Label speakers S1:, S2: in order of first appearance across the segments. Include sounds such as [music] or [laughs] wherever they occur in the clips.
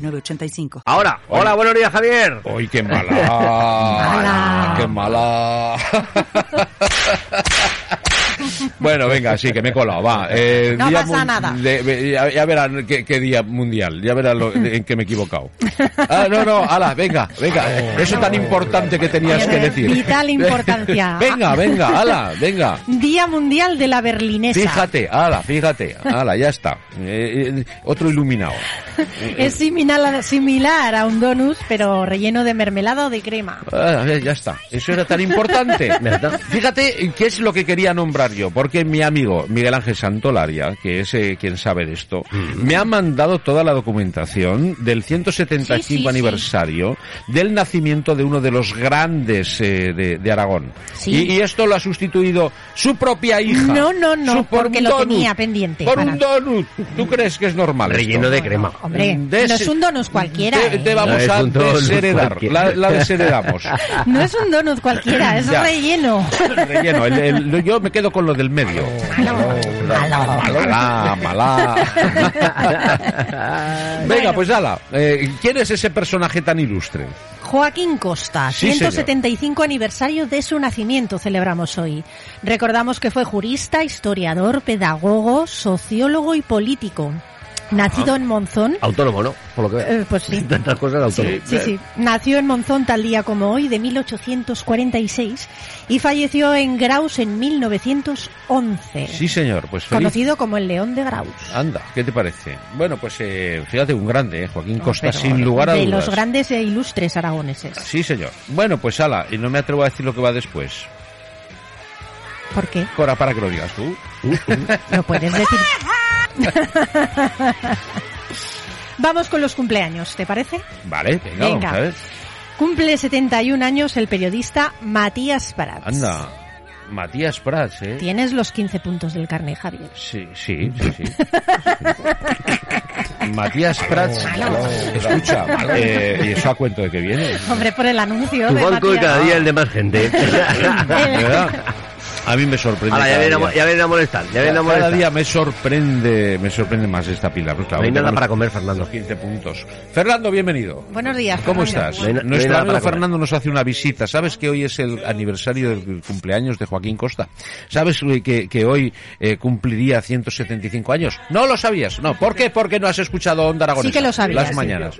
S1: 985.
S2: Ahora, hola,
S3: Hola.
S2: buenos días, Javier.
S3: ¡Ay, qué mala! ¡Qué
S4: [laughs]
S3: mala! bueno, venga, sí, que me he colado, va. Eh,
S4: No
S3: día
S4: pasa
S3: mun-
S4: nada.
S3: de- de- ya, ya verán qué, qué día mundial, ya verán lo- en qué me he equivocado. Ah, no, no, ala, venga, venga. Eso tan importante que tenías que
S4: Oye, de
S3: decir.
S4: Oh. vital importancia.
S3: [laughs] venga, venga, ala, venga.
S4: Día Mundial de la Berlinesa.
S3: Fíjate, ala, fíjate, ala, ya está. Eh, eh, otro iluminado.
S4: Es similar a, similar a un donut, pero relleno de mermelada o de crema.
S3: Ah, ya está. Eso era tan
S4: [laughs]
S3: importante.
S2: ¿Verdad?
S3: Fíjate qué es lo que quería nombrar yo, porque mi amigo Miguel Ángel Santolaria, que es eh, quien sabe de esto,
S4: Mm.
S3: me ha mandado toda la documentación del 175
S4: Sí, sí, sí.
S3: aniversario del nacimiento de uno de los grandes eh, de, de Aragón.
S4: Sí.
S3: Y, y esto lo ha sustituido su propia hija.
S4: No, no, no,
S3: Su- por
S4: porque
S3: un
S4: lo
S3: donut.
S4: tenía pendiente
S3: Por
S4: para-
S3: un donut. ¿Tú crees que es normal? esto?
S2: Relleno de crema.
S4: Hombre,
S3: Mm, De
S4: no
S3: ese-
S4: es un donut cualquiera.
S3: Te, te
S4: ¿eh?
S3: vamos
S2: No, es
S3: a
S2: un donut
S3: desheredar.
S2: cualquiera.
S3: La, la
S4: [laughs]
S3: desheredamos.
S4: No es un donut
S3: [laughs]
S4: cualquiera, es
S3: Ya.
S4: relleno.
S3: relleno. El- el- yo me quedo con lo del medio. Malá,
S4: [laughs]
S3: malá. Venga,
S4: Bueno.
S3: pues ala. eh, ¿Quién es ese personaje tan ilustre?
S4: Joaquín Costa,
S3: Sí, señor.
S4: 175 aniversario de su nacimiento celebramos hoy. Recordamos que fue jurista, historiador, pedagogo, sociólogo y político.
S3: Ah.
S4: Nacido en Monzón,
S2: Autónomo, ¿no? Por lo que veo.
S4: Eh, pues sí.
S2: Tantas cosas de autónomo.
S4: Sí, sí. Nació en Monzón tal día como hoy, de 1846, y falleció en Graus en 1911.
S3: Sí, señor. Pues feliz.
S4: conocido como el León de Graus.
S3: Anda, ¿qué te parece? Bueno, pues eh, fíjate, un grande, eh, Joaquín Costa,
S4: Pero
S3: sin lugar a
S4: de
S3: dudas.
S4: los grandes e ilustres aragoneses.
S3: Sí, señor. Bueno, pues ala, y no me atrevo a decir lo que va después.
S4: ¿Por qué?
S3: Cora, para que lo digas tú.
S4: No puedes decir.
S3: [laughs]
S4: Vamos con los cumpleaños, ¿te parece?
S3: Vale, venga,
S4: Venga.
S3: vamos a ver.
S4: Cumple 71 años el periodista Matías Prats.
S3: Anda, Matías Prats, ¿eh?
S4: Tienes los 15 puntos del carnet, Javier.
S3: Sí, sí, sí, [laughs] sí. Matías Prats, escucha, eh, y eso a cuento de que viene.
S4: Hombre, por el anuncio
S2: Tu
S4: de
S2: banco y
S4: Matías.
S2: cada día el de más
S3: [laughs]
S2: gente.
S3: De verdad, a mí me sorprende.
S2: Ahora, ya
S3: cada
S2: vienen,
S3: día.
S2: a, ya vienen a molestar. Ya vienen a
S3: Cada
S2: molestar.
S3: día me sorprende, me sorprende más esta pila. Pues claro,
S2: No hay nada
S3: tenemos
S2: para comer, Fernando.
S3: Los 15 puntos. Fernando, bienvenido.
S4: Buenos días.
S3: ¿Cómo
S4: Fernando.
S3: estás?
S2: No hay na- no hay
S3: Nuestro
S2: nada
S3: amigo
S2: para comer.
S3: Fernando nos hace una visita. ¿Sabes que hoy es el aniversario del cumpleaños de Joaquín Costa? ¿Sabes que, que- que hoy eh, cumpliría 175 años? No lo sabías. No, ¿por qué? Porque no has escuchado Onda Aragonesa.
S4: Sí que lo sabías.
S3: Las mañanas.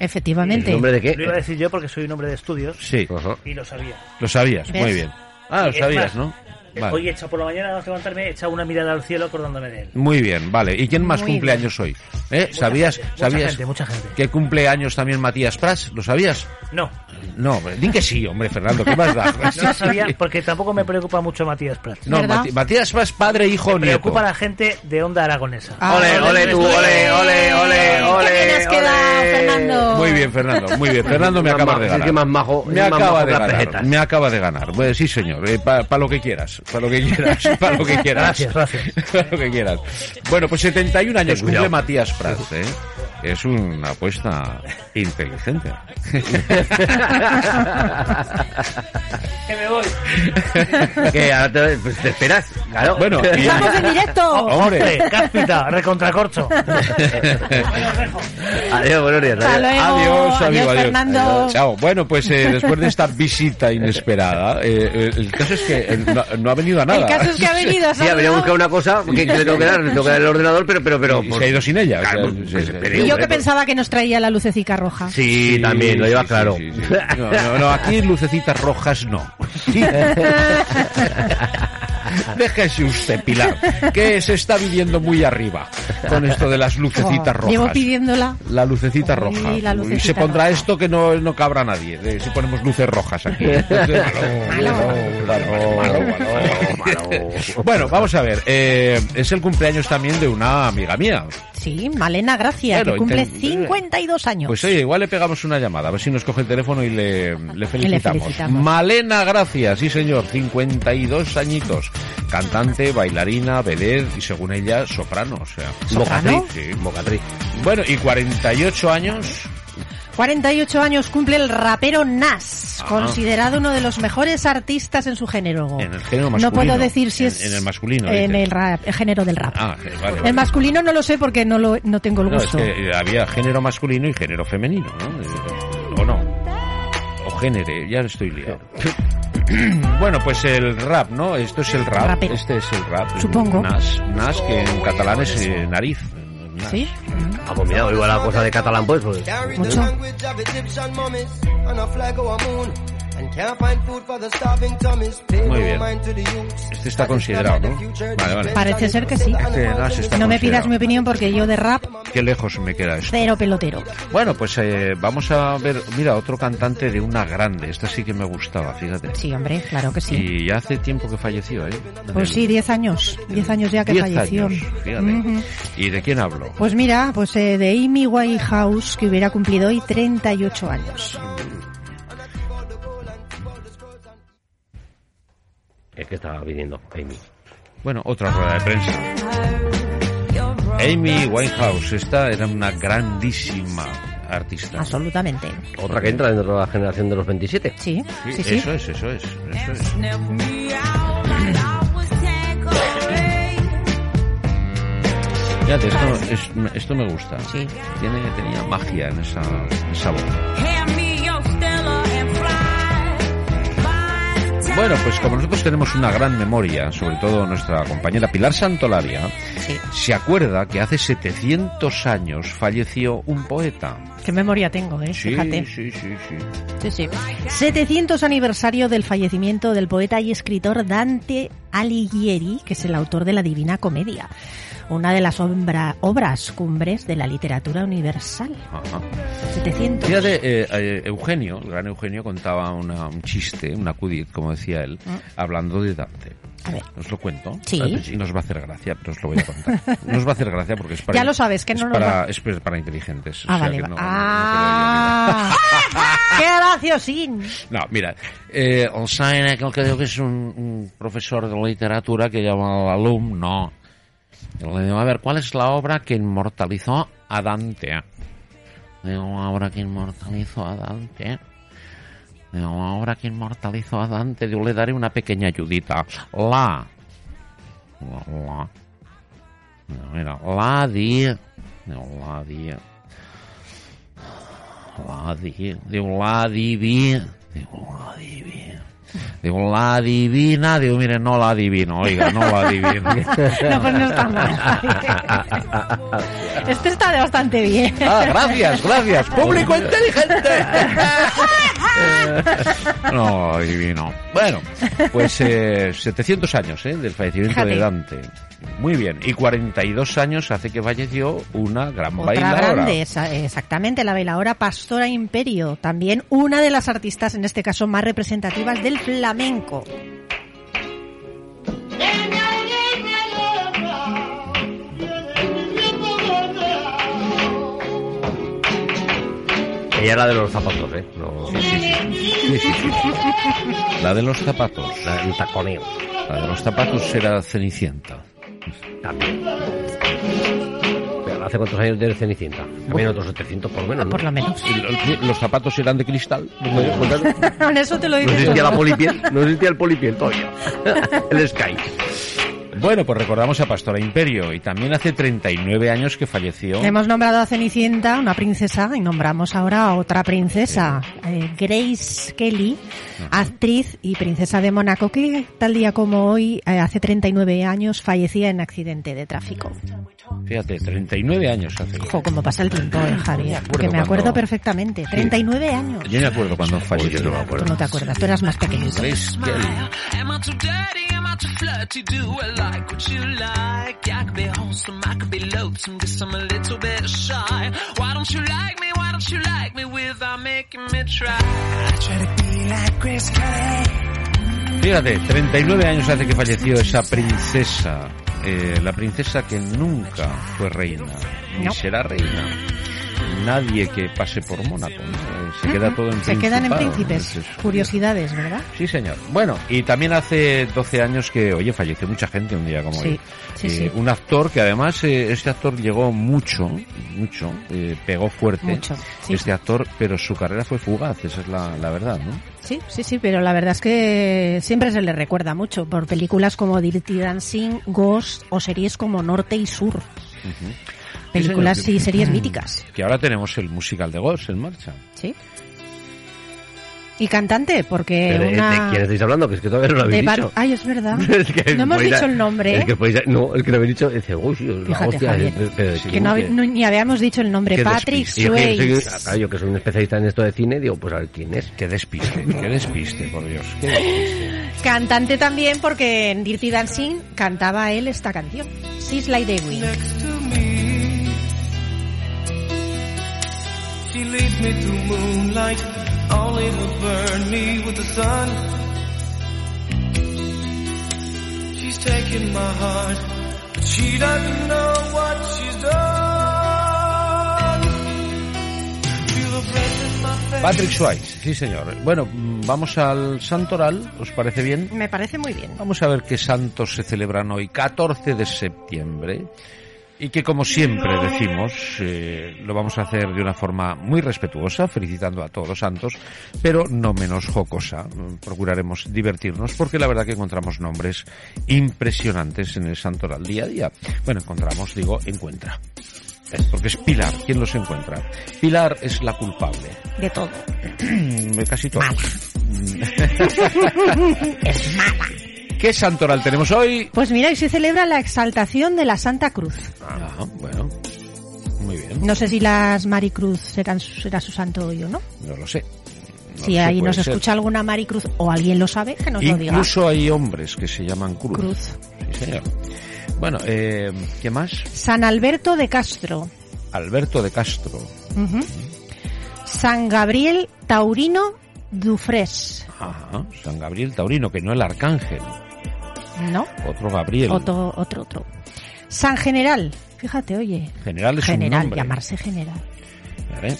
S4: Efectivamente.
S2: ¿Nombre de
S5: Lo iba a
S2: qué?
S5: decir yo porque soy un hombre de estudios
S3: Sí,
S2: Ajá.
S5: y lo sabía.
S3: lo sabías.
S4: ¿Ves?
S3: Muy bien. Ah, lo
S5: Es
S3: sabías,
S5: más,
S3: ¿no?
S5: eh,
S3: Vale.
S5: Hoy he hecho por la mañana, antes de levantarme, he echado una mirada al cielo acordándome de él.
S3: Muy bien, vale. ¿Y quién más
S4: Muy
S3: cumpleaños hoy? ¿Eh? ¿Sabías,
S5: gente, mucha
S3: sabías
S5: gente, mucha gente.
S3: que cumpleaños también Matías Prats? ¿Lo sabías?
S5: No,
S3: No, hombre, di que sí, hombre, Fernando, ¿qué más da?
S5: [laughs] no
S3: [laughs]
S5: lo sabía porque tampoco me preocupa mucho Matías Prats.
S3: No,
S4: ¿Verdad?
S3: Mati- Matías Prats, padre, hijo,
S5: Me
S3: nieto.
S5: preocupa la gente de Onda Aragonesa.
S4: Ah,
S2: Ole, ole tú, ole, ole, ole, ole.
S4: ¡Qué bien has quedado,
S2: ole.
S4: Fernando!
S3: Muy bien, Fernando, muy
S5: [laughs]
S3: bien. Fernando me
S2: Más
S3: acaba
S2: majo,
S3: de
S2: es
S3: ganar.
S2: que más majo-
S3: me
S2: es más
S3: acaba
S2: majo
S3: de
S2: que las
S3: ganar.
S2: pesetas.
S3: Me acaba de ganar. Pues sí, señor. Para lo que quieras. Para lo que quieras. [laughs] Para lo que quieras. [laughs]
S5: Gracias, gracias.
S3: Para lo que quieras. Bueno, pues 71 años
S2: Ten
S3: cumple
S2: cuidado.
S3: Matías Prats, ¿eh? Es una apuesta inteligente. [laughs]
S5: Que me voy.
S2: Que ahora te, pues, te esperas. Claro. [laughs]
S3: Bueno, y-
S4: ¡Estamos en
S3: [laughs]
S4: directo!
S3: Hombre.
S5: Eh, Cáspita, recontracorcho.
S2: Adiós, buenos días.
S4: Hasta
S2: adiós.
S4: luego.
S3: Adiós, amigo,
S4: Adiós,
S3: adiós.
S4: Fernando.
S3: Chao. Bueno, pues eh, después de esta visita inesperada, eh, eh, el caso es que eh, no, no ha venido a nada.
S4: El caso es que ha venido a
S2: Sí, habría buscado una cosa que, que le tengo que dar, le tengo que dar el ordenador, pero... pero, pero
S3: Y se ha ido sin ella. o sea,
S2: Claro,
S3: sí,
S2: pues,
S3: sí,
S2: espere.
S4: Y yo
S2: Hombre,
S4: que
S2: pues-
S4: pensaba que nos traía la lucecica roja.
S2: Sí,
S3: Sí,
S2: también, lo
S3: sí,
S2: llevas
S3: sí,
S2: claro.
S3: sí, sí. No, no, no, aquí lucecitas rojas
S4: [laughs]
S3: no. Déjese usted, Pilar, que se está viviendo muy arriba con esto de las lucecitas
S4: Oh, Llevo
S3: rojas.
S4: pidiéndola.
S3: La lucecita
S4: Uy,
S3: roja.
S4: la lucecita
S3: y se pondrá
S4: roja.
S3: esto que no, no cabrá nadie. eh, si ponemos luces rojas
S4: [laughs]
S3: aquí. Malo, malo, malo, malo. Bueno, vamos a ver. eh, es el cumpleaños también de una amiga mía.
S4: Sí, Malena Gracia,
S3: Claro,
S4: que cumple
S3: inten-
S4: 52 años.
S3: Pues oye, igual le pegamos una llamada, a ver si nos coge el teléfono y le, le felicitamos.
S4: felicitamos.
S3: Malena Gracia, sí señor, 52 añitos. Cantante, bailarina, vedette y según ella, soprano, o sea,
S4: ¿Soprano?
S3: bocatriz, sí, bocatriz. Bueno, y 48 años,
S4: 48 años cumple el rapero Nas,
S3: Ajá.
S4: considerado uno de los mejores artistas en su género.
S3: En el género
S4: No
S3: masculino.
S4: puedo decir si
S3: En-
S4: es
S3: en el masculino,
S4: en
S3: dices.
S4: el, rap- el género del rap.
S3: ah, vale, vale.
S4: El masculino no lo sé porque no lo no tengo el
S3: No, es
S4: gusto.
S3: que eh, había género masculino y género femenino, ¿no? Eh, O no. O género, ya estoy liado. Bueno, pues el rap, ¿no? Esto es el rap.
S4: Rapero.
S3: Este es el rap.
S4: Supongo.
S3: Nas, Nas, que en catalán es eh, nariz. Nas.
S4: Sí.
S2: Ah, pues mira, igual la cosa de catalán, pues. pues.
S4: Mucho.
S3: Muy
S6: Muy
S3: bien. Este está considerado, ¿no? Vale, vale.
S4: Parece ser que sí.
S3: Este Nas está
S4: No me
S3: considerado.
S4: pidas mi opinión porque yo de rap
S3: Qué lejos me queda esto.
S4: cero pelotero.
S3: Bueno, pues eh, vamos a ver, mira, otro cantante de una grande. Esta sí que me gustaba, fíjate.
S4: Sí, hombre, claro que sí.
S3: Y hace tiempo que falleció, ¿eh?
S4: Pues
S3: El-
S4: sí, 10 años. 10 años ya que
S3: 10
S4: falleció.
S3: años, fíjate.
S4: Ujú.
S3: ¿Y de quién hablo?
S4: Pues mira, pues eh, de Amy Winehouse, que hubiera cumplido hoy 38 años.
S2: Es que estaba viniendo Amy.
S3: Bueno, otra rueda de prensa. Amy Winehouse, esta era una grandísima
S4: Ah,
S3: artista.
S4: Absolutamente.
S2: Otra que entra dentro de la generación de los 27.
S4: Sí,
S3: Sí,
S4: sí, sí.
S3: Eso es, eso es, eso es. Fíjate, esto, es- esto me gusta.
S4: Sí.
S3: Tiene, tenía magia en esa, esa voz. Bueno, pues como nosotros tenemos una gran memoria, sobre todo nuestra compañera Pilar Santolaria,
S4: Sí.
S3: se acuerda que hace 700 años falleció un poeta.
S4: Qué memoria tengo, ¿eh?
S3: Sí,
S4: Fíjate.
S3: sí, sí, sí.
S4: Sí, sí. 700 aniversario del fallecimiento del poeta y escritor Dante Alighieri, que es el autor de La Divina Comedia, una de las obra- obras cumbres de la literatura universal.
S3: Ajá.
S4: 700.
S3: Fíjate, eh, eh, Eugenio, el gran Eugenio, contaba una- un chiste, una acudit, como decía él, hablando de Dante.
S4: A ver.
S3: ¿Os lo cuento?
S4: Mm. Sí.
S3: Y nos va a hacer gracia, pero os lo voy a contar. Nos va a hacer gracia porque es para...
S4: Ya lo sabes, que
S3: es
S4: no nos
S3: para,
S4: va-
S3: Es para inteligentes. o
S4: Ah,
S3: sea
S4: vale.
S3: que
S4: va-
S3: no- no- no te lo voy a
S4: ah, [laughs] ¡Qué
S3: [laughs]
S4: graciosín!
S3: No, mira, eh, el Sain, aquell que diu que és un, un professor de literatura que llama a l'alum, no. Le digo, a ver, ¿cuál es la obra que inmortalizó a Dante? Digo, una obra que inmortalizó a Dante. Digo, una obra que inmortalizó a Dante. Digo, le daré una pequeña ayudita. La. La. Digo, mira, la di. Digo, la di. La di. "Ah, Digo, la divi. Digo, la divi. Digo, la divina. Digo, mire, no la adivino. Oiga, no la adivino.
S4: No, pues no está mal.
S3: [laughs]
S4: Este está de bastante bien.
S3: [laughs] Ah, gracias, gracias. Público inteligente. [laughs] no, divino. Bueno, pues eh, 700 años ¿eh? del fallecimiento
S4: Fíjate.
S3: de Dante. Muy bien. Y 42 años hace que falleció una gran
S4: Otra
S3: bailadora.
S4: grande, esa- exactamente, la bailadora Pastora Imperio, también una de las artistas, en este caso, más representativas del flamenco. [laughs]
S2: Ella era de los zapatos, ¿eh? No,
S3: Sí, sí, sí. La de los zapatos.
S2: la- el taconeo.
S3: La de los zapatos era Cenicienta.
S2: También. Pero hace cuántos años de Cenicienta. También otros 700 por lo menos, ¿no?
S4: Por lo menos.
S3: Y lo- Los zapatos eran de cristal.
S4: Con eso te lo
S2: No
S4: dices.
S3: Pues
S2: existía
S4: todo. [laughs]
S2: la polipiel, no existía el polipiel todavía. [laughs] El Sky.
S3: Bueno, pues recordamos a Pastora Imperio y también hace 39 años que falleció.
S4: Hemos nombrado a Cenicienta, una princesa, y nombramos ahora a otra princesa, eh, Grace Kelly, actriz y princesa de Mónaco, que tal día como hoy, eh, hace 39 años, fallecía en accidente de tráfico.
S3: Fíjate, 39 años hace.
S4: Ojo, cómo pasa el tiempo, eh, Javier,
S3: acuerdo
S4: que me acuerdo
S3: cuando-
S4: perfectamente. 39 años.
S3: Yo me acuerdo cuando
S2: Uy, yo
S3: falleció.
S2: no me
S4: Tú Pues no te acuerdas, tú eras más pequeño.
S3: Grace Kelly.
S7: Am I too dirty? Am I too flirty? Do I like what you like? Yeah, I could be wholesome, I could be loathsome, guess I'm a little bit shy. Why don't you like me? Why don't you like me without making me try? I try to be like Chris Kelly.
S3: Fíjate, 39 años hace que falleció esa princesa. eh, la princesa que nunca fue reina, ni
S4: No.
S3: será reina. Nadie que pase por Mónaco, ¿no? Eh, se queda todo en
S4: Se quedan en
S3: principado,
S4: príncipes.
S3: entonces,
S4: Curiosidades, ¿verdad?
S3: Sí, señor. Bueno, y también hace 12 años que, oye, falleció mucha gente un día como
S4: Sí,
S3: hoy.
S4: sí,
S3: Eh,
S4: sí.
S3: Un actor que además, eh, este actor llegó mucho, mucho, eh, pegó fuerte.
S4: Mucho, sí.
S3: Este actor, pero su carrera fue fugaz, esa es la, la verdad, ¿no?
S4: Sí, sí, sí, pero la verdad es que siempre se le recuerda mucho por películas como Dirty Dancing, Ghost o series como Norte y Sur. Películas
S3: Sí, señor.
S4: y
S2: Mm.
S4: series míticas,
S3: Que ahora tenemos el musical de Ghost en marcha.
S4: ¿sí? Y cantante, porque
S2: Pero, eh, ¿De
S4: una...
S2: quién estáis hablando? Que es que todavía no lo
S4: de
S2: habéis
S4: Bar-
S2: dicho.
S4: Ay, es verdad.
S2: [laughs] Es que
S4: no hemos
S2: podéis-
S4: dicho el nombre,
S2: es
S4: ¿eh?
S2: que podéis- no, el que lo habéis dicho dice, uy, la
S4: Fíjate,
S2: hostia,
S4: Javier,
S2: eh, pero es
S4: que no, hab- no- ni habíamos dicho el nombre.
S3: Qué
S4: Patrick
S3: despiste.
S2: Y yo que, soy,
S4: Swayze.
S2: claro, yo que soy un especialista en esto de cine, digo, pues a ver quién es.
S3: Qué despiste, qué despiste, por Dios. qué despiste.
S4: Cantante también porque en Dirty Dancing cantaba él esta canción, Sis Like the Wind.
S7: next to me. She leads me through moonlight, only to burn me with the sun. She's taken my heart, but she doesn't know what she's done. Feel the breath in my face.
S3: Patrick Swayze, sí señor. Bueno, mm, vamos al Santoral, ¿os parece bien?
S4: Me parece muy bien.
S3: Vamos a ver qué santos se celebran hoy, 14 de septiembre, y que como siempre decimos, eh, lo vamos a hacer de una forma muy respetuosa, felicitando a todos los santos, pero no menos jocosa. Mm, Procuraremos divertirnos porque la verdad que encontramos nombres impresionantes en el santoral día a día. Bueno, encontramos, digo, encuentra. Es Porque es Pilar quien los encuentra. Pilar es la culpable.
S4: De todo.
S3: Mm, casi todo. [laughs] ¿Qué santoral tenemos hoy?
S4: Pues mira, y se celebra la exaltación de la Santa Cruz.
S3: Ah, bueno. Muy bien.
S4: No sé si las Maricruz serán, su- será su santo hoy o no.
S3: No lo sé. No
S4: si
S3: lo sé,
S4: ahí
S3: puede
S4: nos
S3: ser.
S4: escucha alguna Maricruz o alguien lo sabe, que nos
S3: Incluso hay hombres que se llaman Cruz.
S4: lo diga. Cruz.
S3: Sí, señor. Bueno, eh, ¿qué más?
S4: San Alberto de Castro.
S3: Alberto de Castro.
S4: Ujú. San Gabriel Taurino Dufres.
S3: Ajá. Ah, San Gabriel Taurino, que no el arcángel.
S4: ¿No?
S3: Otro Gabriel.
S4: Otro, otro, otro. San General. Fíjate, oye.
S3: General es un
S4: General,
S3: nombre.
S4: llamarse general.
S3: Vale.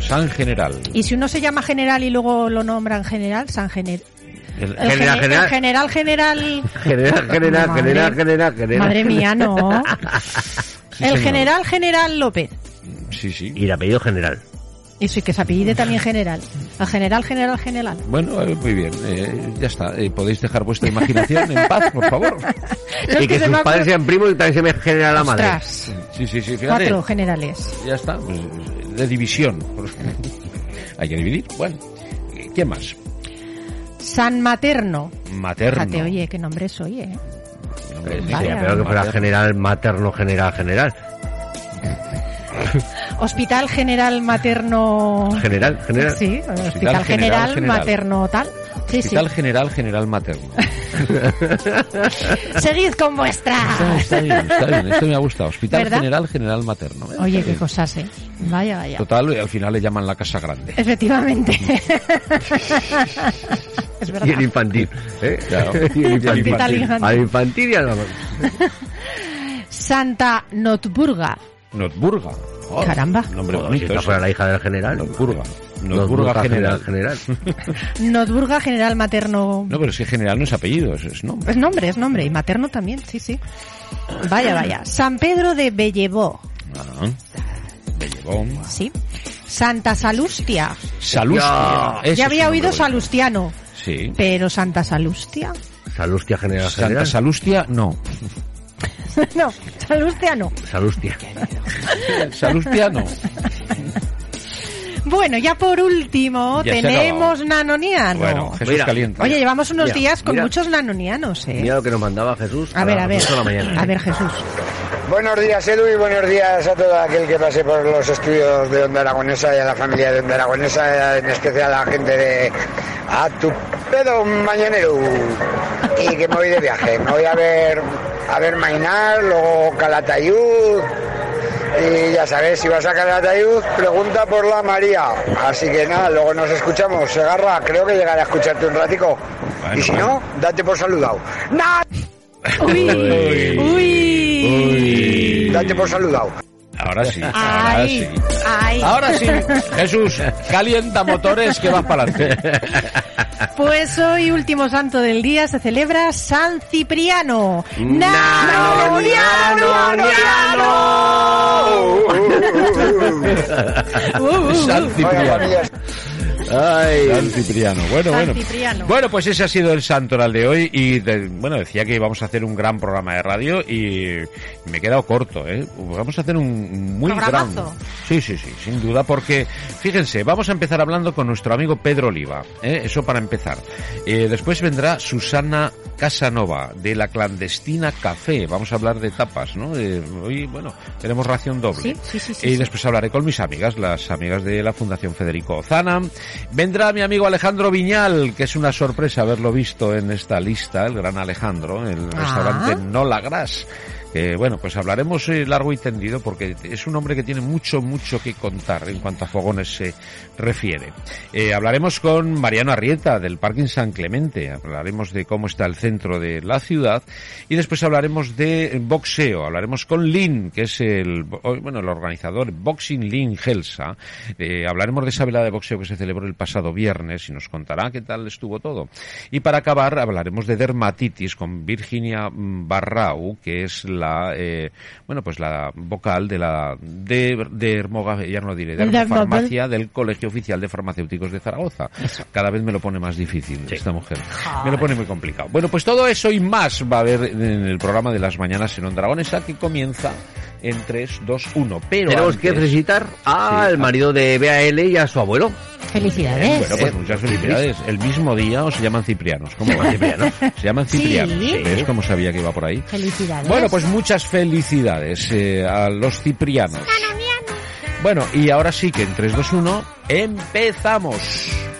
S3: [clears throat] San General.
S4: Y si uno se llama general y luego lo nombran general, San General.
S2: El-
S4: El
S2: general,
S4: gene- el
S2: general,
S4: general, general. [laughs]
S2: general, general,
S4: Madre-
S2: general, general, general.
S4: Madre mía, no.
S3: Sí,
S4: El
S3: señor.
S4: general, general López.
S3: Sí, sí.
S2: [laughs] Y el apellido general.
S4: [laughs] Eso, y que se apellide también general. El general, general, general.
S3: Bueno, eh, muy bien. eh, ya está. Eh, podéis dejar vuestra imaginación en paz, por favor.
S4: No,
S2: y que,
S4: se
S2: sus
S4: me ha
S2: padres
S4: ocurrido-
S2: sean primos y también se me genera la madre.
S4: Ostras,
S3: Sí, sí, sí. Fíjate.
S4: cuatro generales.
S3: Ya está, pues, de división. Hay que dividir. Bueno, ¿qué más?
S4: San Materno.
S3: Materno.
S4: Fíjate, oye, qué nombre es, oye. ¿eh?
S3: Mi nombre es-
S4: Vaya.
S2: Sería peor que fuera
S3: Materno.
S2: general, materno, general, general.
S4: Hospital General Materno.
S2: General, general.
S4: Sí, eh, Hospital,
S3: General,
S4: General,
S3: General.
S4: Materno tal. Sí,
S3: Hospital General General Materno.
S4: [laughs] sí. Seguid con
S3: Está,
S4: vuestras.
S3: está bien, está bien. Esto me ha gustado. Hospital
S4: ¿Verdad?
S3: General General Materno. Eh,
S4: Oye,
S3: está
S4: qué
S3: bien.
S4: cosas, ¿eh? Vaya, vaya.
S3: Total, al final le llaman la Casa Grande.
S4: Efectivamente. es
S2: Y el
S4: verdad.
S2: infantil. ¿eh?
S3: Claro.
S2: [laughs] Y el
S4: Hospital
S2: infantil.
S4: infantil.
S2: Al infantil y a la
S4: Santa Notburga.
S3: Notburga. Oh,
S4: Caramba.
S3: Nombre
S2: Joder, pues,
S3: bonito.
S2: si esta
S3: ese.
S2: fuera la hija del general.
S3: Notburga.
S2: Nos
S3: Notburga
S2: busca
S3: General.
S2: general. general.
S4: Notburga General Materno.
S3: No, pero es que general no es apellido, es, es nombre.
S4: Es nombre, es nombre. Y materno también, sí, sí. Vaya, vaya. San Pedro de Bellevó.
S3: Ah. Bellevón.
S4: Sí. Santa Salustia.
S3: Salustia. Ese
S4: ya
S3: es un
S4: había
S3: nombre
S4: oído
S3: bonito.
S4: Salustiano,
S3: Sí.
S4: pero Santa Salustia. [laughs]
S2: Salustia general,
S3: Santa
S2: general.
S3: Salustia, no.
S4: no, Salustia no.
S2: Salustia.
S3: Salustia,
S4: [laughs]
S3: no.
S4: Bueno, ya por último
S3: Ya se ha
S4: tenemos
S3: acabado.
S4: Nanoniano.
S3: Bueno, Jesús
S2: Mira.
S3: Caliente.
S4: Oye, llevamos unos
S2: Mira,
S4: días con
S2: mira.
S4: muchos nanonianos, ¿eh?
S2: Mira lo que nos mandaba Jesús.
S4: a ver,
S2: las
S4: a ver.
S2: ocho de la mañana. ¿eh?
S4: A ver, Jesús.
S6: Buenos días Edu y buenos días a todo aquel que pase por los estudios de Onda Aragonesa y a la familia de Onda Aragonesa, en especial a la gente de A tu pedo mañanero. Y que me voy de viaje, me voy a ver a ver Mainar, luego Calatayud. Y ya sabes, si vas a Calatayud, pregunta por la María. Así que nada, luego nos escuchamos. Segarra, creo que llegaré a escucharte un ratico.
S3: Bueno,
S6: y si
S3: bueno.
S6: no, date por saludado. ¡Nah!
S4: Uy, uy.
S6: Date por saludado.
S3: Ahora sí. Ahora
S4: Ay,
S3: sí. Ah.
S4: ay.
S3: Ahora sí. Jesús, calienta motores que vas para adelante.
S4: Pues hoy, último santo del día, se celebra San Cipriano.
S3: Nano,
S4: nano, [laughs] Uh, uh,
S3: San
S6: Oiga,
S3: Cipriano.
S6: familia,
S3: Ay. San Cipriano. Bueno,
S4: San
S3: bueno.
S4: Cipriano.
S3: Bueno, pues ese ha sido el santoral de hoy y de- bueno, decía que íbamos a hacer un gran programa de radio y me he quedado corto, ¿eh? Vamos a hacer un muy gran...
S4: Programazo.
S3: Sí, sí, sí, sin duda, porque fíjense, vamos a empezar hablando con nuestro amigo Pedro Oliva, ¿eh? eso para empezar. Eh, después vendrá Susana Casanova, de la clandestina Café, vamos a hablar de tapas, ¿no? Eh, hoy, bueno, tenemos ración doble.
S4: Sí, sí, sí, sí,
S3: y
S4: sí.
S3: después hablaré con mis amigas, las amigas de la Fundación Federico Ozana. Vendrá mi amigo Alejandro Viñal, que es una sorpresa haberlo visto en esta lista, el gran Alejandro, en el
S4: Ah.
S3: restaurante No La Gras. Eh, bueno, pues hablaremos eh, largo y tendido porque es un hombre que tiene mucho, mucho que contar en cuanto a fogones se refiere. Eh, hablaremos con Mariano Arrieta del Parking San Clemente, hablaremos de cómo está el centro de la ciudad y después hablaremos de boxeo, hablaremos con Lin, que es el, bueno, el organizador Boxing Lin Gelsa. Eh, hablaremos de esa velada de boxeo que se celebró el pasado viernes y nos contará qué tal estuvo todo. Y para acabar hablaremos de dermatitis con Virginia mm, Barrau, que es la, eh, bueno, pues la vocal de la de, de Hermoga- ya no lo diré, de
S4: El
S3: Hermofarmacia
S4: dermatólogo.
S3: farmacia del Colegio Oficial de Farmacéuticos de Zaragoza. Cada vez me lo pone más difícil esta mujer. Me lo pone muy complicado. Bueno, pues todo eso y más va a haber en el programa de las mañanas en Onda Aragonesa que comienza en 3, 2, 1. Pero
S2: Tenemos que
S3: antes-
S2: felicitar
S3: Sí,
S2: al
S3: ah.
S2: marido de BAL y a su abuelo.
S3: [laughs]
S4: Felicidades.
S3: Bueno, pues
S2: Eh,
S3: muchas felicidades. El mismo día os llaman ciprianos. ¿Cómo
S2: [laughs]
S3: va?
S2: Cipriano.
S3: Se llaman
S4: Sí.
S3: ciprianos.
S4: Sí.
S3: ¿Ves cómo sabía que iba por ahí?
S4: Felicidades.
S3: Bueno, pues muchas felicidades eh, a los ciprianos. Bueno, y ahora sí que en 3, 2, 1 empezamos.